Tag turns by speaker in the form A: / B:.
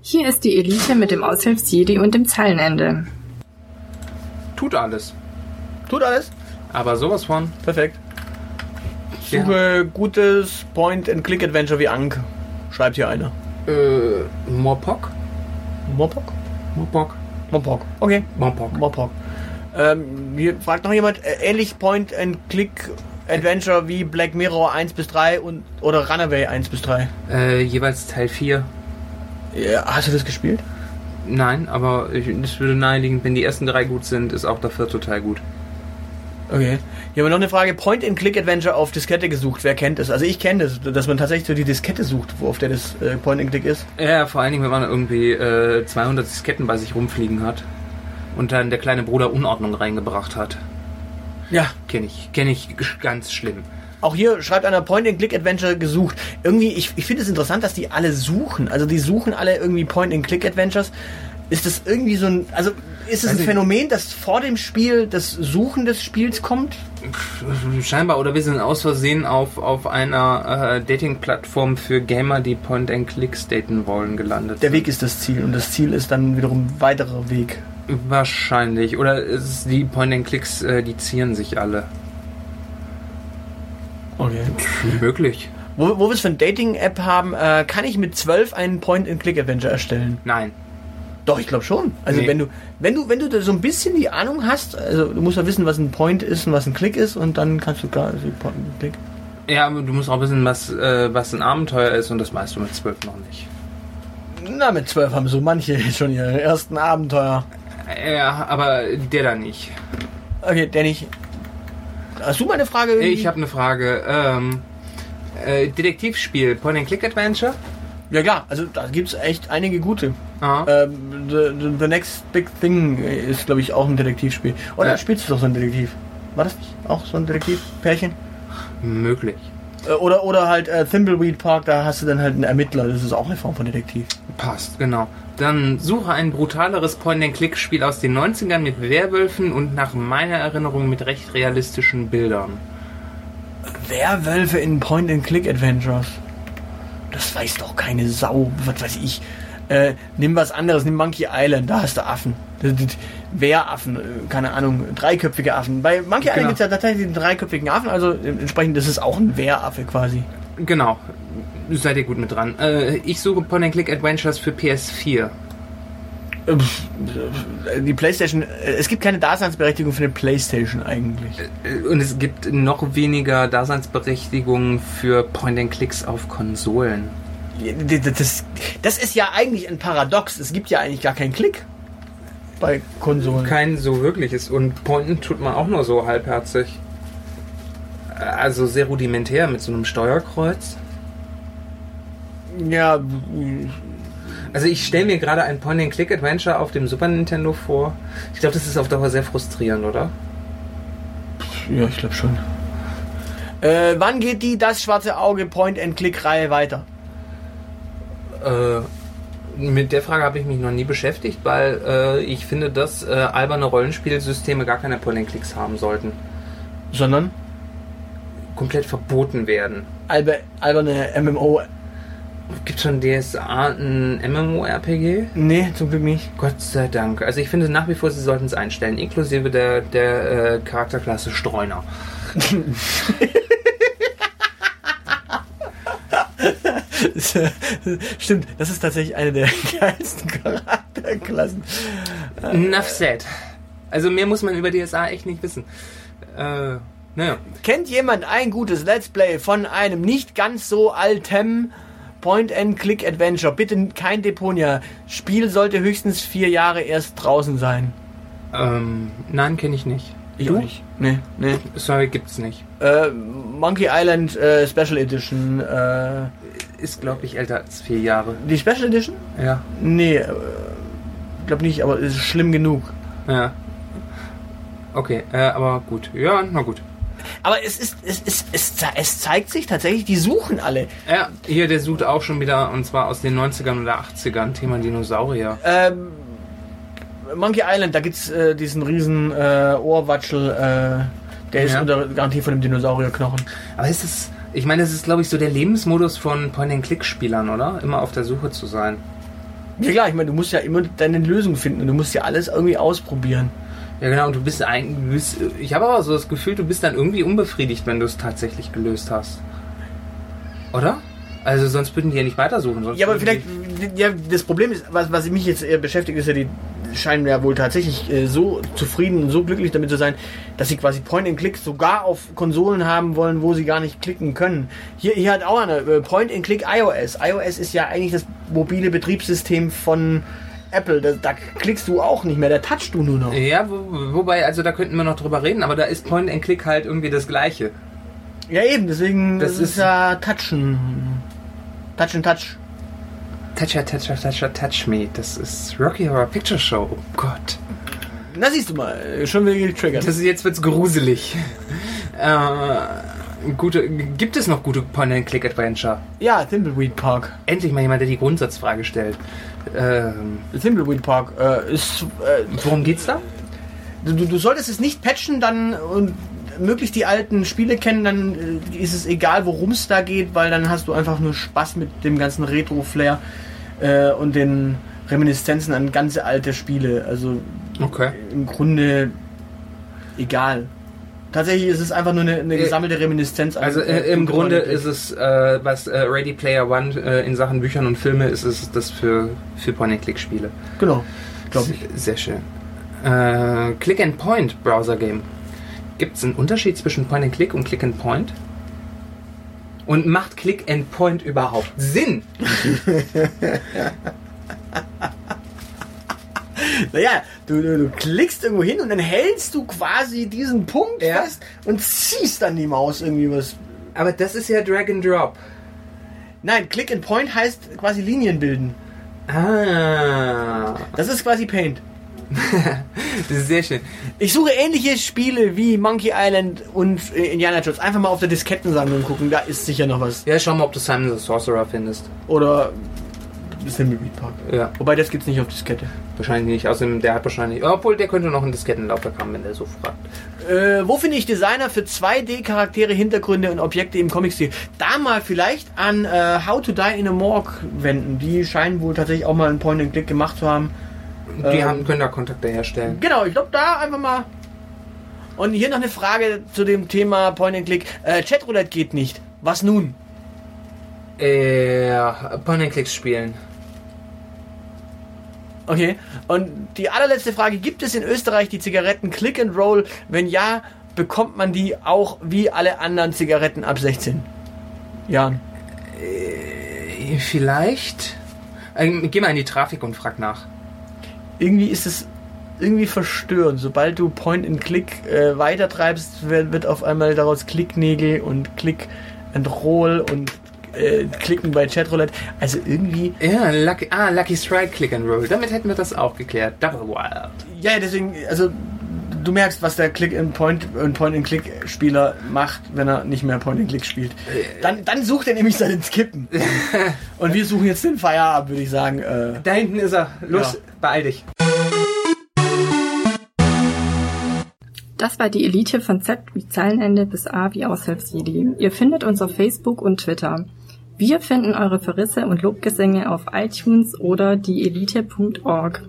A: Hier ist die Elite mit dem Aushilfsjedi und dem Zeilenende.
B: Tut alles.
C: Tut alles.
B: Aber sowas von.
C: Perfekt. Suche gutes Point-and-Click-Adventure wie Ank. Schreibt hier einer.
B: Äh, Mopok?
C: Mopok?
B: Mopok.
C: Mopok. Okay.
B: Mopok.
C: Mopok. Ähm, hier fragt noch jemand, äh, ähnlich Point-and-Click-Adventure wie Black Mirror 1 bis 3 und, oder Runaway 1 bis 3.
B: Äh, jeweils Teil 4.
C: Ja, hast du das gespielt?
B: Nein, aber ich, das würde naheliegen, wenn die ersten drei gut sind, ist auch der vierte Teil gut.
C: Okay. Hier haben wir noch eine Frage. Point-and-Click-Adventure auf Diskette gesucht. Wer kennt das? Also ich kenne das, dass man tatsächlich so die Diskette sucht, wo auf der das äh, Point-and-Click ist.
B: Ja, vor allen Dingen, wenn man irgendwie äh, 200 Disketten bei sich rumfliegen hat und dann der kleine Bruder Unordnung reingebracht hat.
C: Ja.
B: Kenne ich. Kenne ich g- ganz schlimm.
C: Auch hier schreibt einer Point-and-Click-Adventure gesucht. Irgendwie, ich, ich finde es interessant, dass die alle suchen. Also die suchen alle irgendwie Point-and-Click-Adventures. Ist das irgendwie so ein... Also ist es ein
B: Also-
C: Phänomen, dass vor dem Spiel das Suchen des Spiels kommt?
B: Scheinbar, oder wir sind aus Versehen auf, auf einer äh, Dating-Plattform für Gamer, die Point-and-Clicks daten wollen, gelandet.
C: Der Weg ist das Ziel und das Ziel ist dann wiederum ein weiterer Weg.
B: Wahrscheinlich. Oder es ist die Point-and-Clicks, äh, die zieren sich alle.
C: Okay.
B: Möglich.
C: Wo, wo wir es von Dating-App haben, äh, kann ich mit 12 einen Point-and-Click-Adventure erstellen?
B: Nein.
C: Doch, ich glaube schon. Also
B: Nee.
C: wenn du, wenn du, wenn du da so ein bisschen die Ahnung hast, also du musst ja wissen, was ein Point ist und was ein Klick ist und dann kannst du gar also Point and Click.
B: Ja, aber du musst auch wissen, was, äh, was ein Abenteuer ist und das weißt du mit zwölf noch nicht.
C: Na, mit zwölf haben so manche jetzt schon ihre ersten Abenteuer.
B: Äh, Ja, aber der da nicht.
C: Okay, Danny. Hast du mal eine Frage? irgendwie?
B: Ich habe eine Frage. Ähm, äh, Detektivspiel, Point-and-Click-Adventure?
C: Ja klar, also da gibt's echt einige gute.
B: Aha.
C: Ähm, the, the, the Next Big Thing ist, glaube ich, auch ein Detektivspiel. Oder
B: Ja.
C: spielst du doch so ein Detektiv? War das nicht auch so ein Detektivpärchen?
B: Möglich.
C: Äh, Oder, oder halt äh, Thimbleweed Park, da hast du dann halt einen Ermittler. Das ist auch eine Form von Detektiv.
B: Passt, genau. Dann suche ein brutaleres Point-and-Click-Spiel aus den 90ern mit Werwölfen und nach meiner Erinnerung mit recht realistischen Bildern.
C: Werwölfe in Point-and-Click-Adventures. Das weiß doch keine Sau. Was weiß ich. Äh, nimm was anderes, nimm Monkey Island, da hast du Affen. Das- das- Wehraffen, äh, keine Ahnung, dreiköpfige Affen. Bei Monkey Island
B: Genau.
C: gibt es ja tatsächlich einen dreiköpfigen Affen, also äh, entsprechend ist es auch ein Wehraffe quasi.
B: Genau. Seid ihr gut mit dran. Äh, ich suche Point-and-Click-Adventures für PS4.
C: Äh, pff, äh, Die Playstation, äh, es gibt keine Daseinsberechtigung für eine Playstation eigentlich.
B: Äh, Und es gibt noch weniger Daseinsberechtigung für Point-and-Clicks auf Konsolen.
C: D- d- Das, das ist ja eigentlich ein Paradox. Es gibt ja eigentlich gar keinen Klick bei Konsolen.
B: Kein so wirkliches. Und Pointen tut man auch nur so halbherzig. Also sehr rudimentär mit so einem Steuerkreuz.
C: Ja,
B: Also ich stelle mir gerade ein Point-and-Click-Adventure auf dem Super Nintendo vor. Ich glaube, das ist auf Dauer sehr frustrierend, oder?
C: ja, ich glaube schon. Äh, wann geht die das schwarze Auge Point-and-Click-Reihe weiter?
B: Äh, mit der Frage habe ich mich noch nie beschäftigt, weil äh, ich finde, dass äh, alberne Rollenspielsysteme gar keine Point-and-Clicks haben sollten.
C: Sondern
B: Komplett verboten werden.
C: albe, alberne MMO.
B: Gibt schon DSA ein MMORPG?
C: Nee, zum Glück nicht.
B: Gott sei Dank. Also ich finde nach wie vor, sie sollten es einstellen, inklusive der, der äh, Charakterklasse Streuner.
C: Stimmt, das ist tatsächlich eine der geilsten Charakterklassen.
B: Enough said. Also mehr muss man über DSA echt nicht wissen. Äh, naja.
C: Kennt jemand ein gutes Let's Play von einem nicht ganz so altem Point-and-Click-Adventure? Bitte kein Deponia. Spiel sollte höchstens vier Jahre erst draußen sein.
B: Ähm, nein, kenne ich nicht. Du?
C: Nee, nee.
B: Sorry, gibt's nicht.
C: Äh, Monkey Island äh, Special Edition. Äh,
B: Ist, glaube ich, älter als vier Jahre.
C: die Special Edition?
B: Ja.
C: Nee, äh, glaub nicht, aber es ist schlimm genug.
B: Ja. Okay, äh, aber gut. Ja, na gut.
C: Aber es ist, es ist, es, ze- es zeigt sich tatsächlich, die suchen alle.
B: Ja, hier, der sucht auch schon wieder, und zwar aus den 90ern oder 80ern, Thema Dinosaurier.
C: Ähm, Monkey Island, da gibt's äh, diesen riesen äh, Ohrwatschel, äh, der ist
B: Ja.
C: unter Garantie von dem Dinosaurierknochen.
B: Aber ist es. Ich meine, das ist, glaube ich, so der Lebensmodus von Point-and-Click-Spielern, oder? Immer auf der Suche zu sein.
C: Ja klar, ich meine, du musst ja immer deine Lösung finden und du musst ja alles irgendwie ausprobieren.
B: Ja, genau, und du bist eigentlich. du bist- Ich habe aber so das Gefühl, du bist dann irgendwie unbefriedigt, wenn du es tatsächlich gelöst hast. Oder? Also sonst würden die ja nicht weitersuchen. Sonst
C: Ja, aber
B: würden
C: vielleicht,
B: die-
C: ja, das Problem ist, was, was mich jetzt eher beschäftigt, ist ja, die scheinen ja wohl tatsächlich äh, so zufrieden und so glücklich damit zu sein, dass sie quasi Point-and-Click sogar auf Konsolen haben wollen, wo sie gar nicht klicken können. Hier, hier hat auch eine äh, Point-and-Click iOS. iOS ist ja eigentlich das mobile Betriebssystem von Apple. Da, da klickst du auch nicht mehr, da touchst du nur noch.
B: Ja, wo, wobei, also da könnten wir noch drüber reden, aber da ist Point and Click halt irgendwie das Gleiche.
C: Ja, eben, deswegen
B: Das
C: das
B: ist-
C: ist ja Touchen. Touch and Touch.
B: Toucha, toucha, toucha, touch me. Das ist Rocky Horror Picture Show. Oh Gott.
C: Na, siehst du mal, äh, schon wieder getriggert.
B: Das ist, jetzt wird's gruselig. äh, gute, gibt es noch gute Point and Click Adventure?
C: ja, Thimbleweed Park.
B: Endlich mal jemand, der die Grundsatzfrage stellt. Ähm,
C: Thimbleweed Park äh, ist. Äh,
B: worum geht's da?
C: du, du- du solltest es nicht patchen, dann und möglichst die alten Spiele kennen, dann äh, ist es egal, worum es da geht, weil dann hast du einfach nur Spaß mit dem ganzen Retro-Flair äh, und den Reminiszenzen an ganze alte Spiele. Also
B: Okay.
C: im Grunde egal. Tatsächlich ist es einfach nur eine, eine
B: Äh,
C: gesammelte Reminiszenz. an,
B: Also
C: äh,
B: äh, im
C: gute
B: Grunde
C: Freunde.
B: ist es, äh, was äh, Ready Player One äh, in Sachen Büchern und Filme ist, ist das für, für Point and Click Spiele.
C: Genau, glaube ich.
B: Sehr schön. Äh, Click and Point Browser Game. Gibt es einen Unterschied zwischen Point and Click und Click and Point? Und macht Click and Point überhaupt Sinn?
C: Naja, du, du, du klickst irgendwo hin und dann hältst du quasi diesen Punkt
B: Ja.
C: fest und ziehst dann die Maus irgendwie was.
B: Aber das ist ja Drag and Drop.
C: Nein, Click and Point heißt quasi Linien bilden.
B: Ah,
C: Das ist quasi Paint.
B: sehr schön.
C: Ich suche ähnliche Spiele wie Monkey Island und äh, Indiana Jones. Einfach mal auf der Diskettensammlung gucken, da ist sicher noch was.
B: Ja, schau mal, ob du Simon the Sorcerer findest.
C: Oder Thimbleweed Park.
B: Ja,
C: Wobei, das gibt's nicht auf Diskette.
B: wahrscheinlich nicht. Außerdem, der hat wahrscheinlich... Obwohl, der könnte noch einen Diskettenlaufwerk haben, wenn der so fragt.
C: Äh, wo finde ich Designer für 2D-Charaktere, Hintergründe und Objekte im Comic-Stil? Da mal vielleicht an äh, How to Die in a Morgue wenden. Die scheinen wohl tatsächlich auch mal einen Point-and-Click gemacht zu haben.
B: Die
C: Ähm.
B: haben, können da Kontakte herstellen.
C: Genau, ich glaube da einfach mal. Und hier noch eine Frage zu dem Thema Point-and-Click. Äh, Chatroulette geht nicht. Was nun?
B: Äh, Point and Clicks spielen.
C: Okay. Und die allerletzte Frage: Gibt es in Österreich die Zigaretten Click and Roll? Wenn ja, bekommt man die auch wie alle anderen Zigaretten ab 16? Ja.
B: Äh, Vielleicht. Ähm, Geh mal in die Trafik und frag nach.
C: irgendwie ist es irgendwie verstörend. Sobald du Point and Click äh, weitertreibst, wird, wird auf einmal daraus Klicknägel und Click and Roll und äh, Klicken bei Chatroulette. Also irgendwie.
B: Ja, Lucky, ah, Lucky Strike Click and Roll. Damit hätten wir das auch geklärt. Double Wild.
C: Ja, ja, deswegen, also du merkst, was der Click and Point und Point and Click Spieler macht, wenn er nicht mehr Point and Click spielt. Dann, dann sucht er nämlich seinen Skippen. und wir suchen jetzt den Feierabend, würde ich sagen. Äh,
B: Da hinten ist er. Los,
C: Ja.
B: beeil dich.
A: Das war die Elite von Z wie Zeilenende bis A wie Aushilfsjedi. Ihr findet uns auf Facebook und Twitter. Wir finden eure Verrisse und Lobgesänge auf iTunes oder dieelite.org.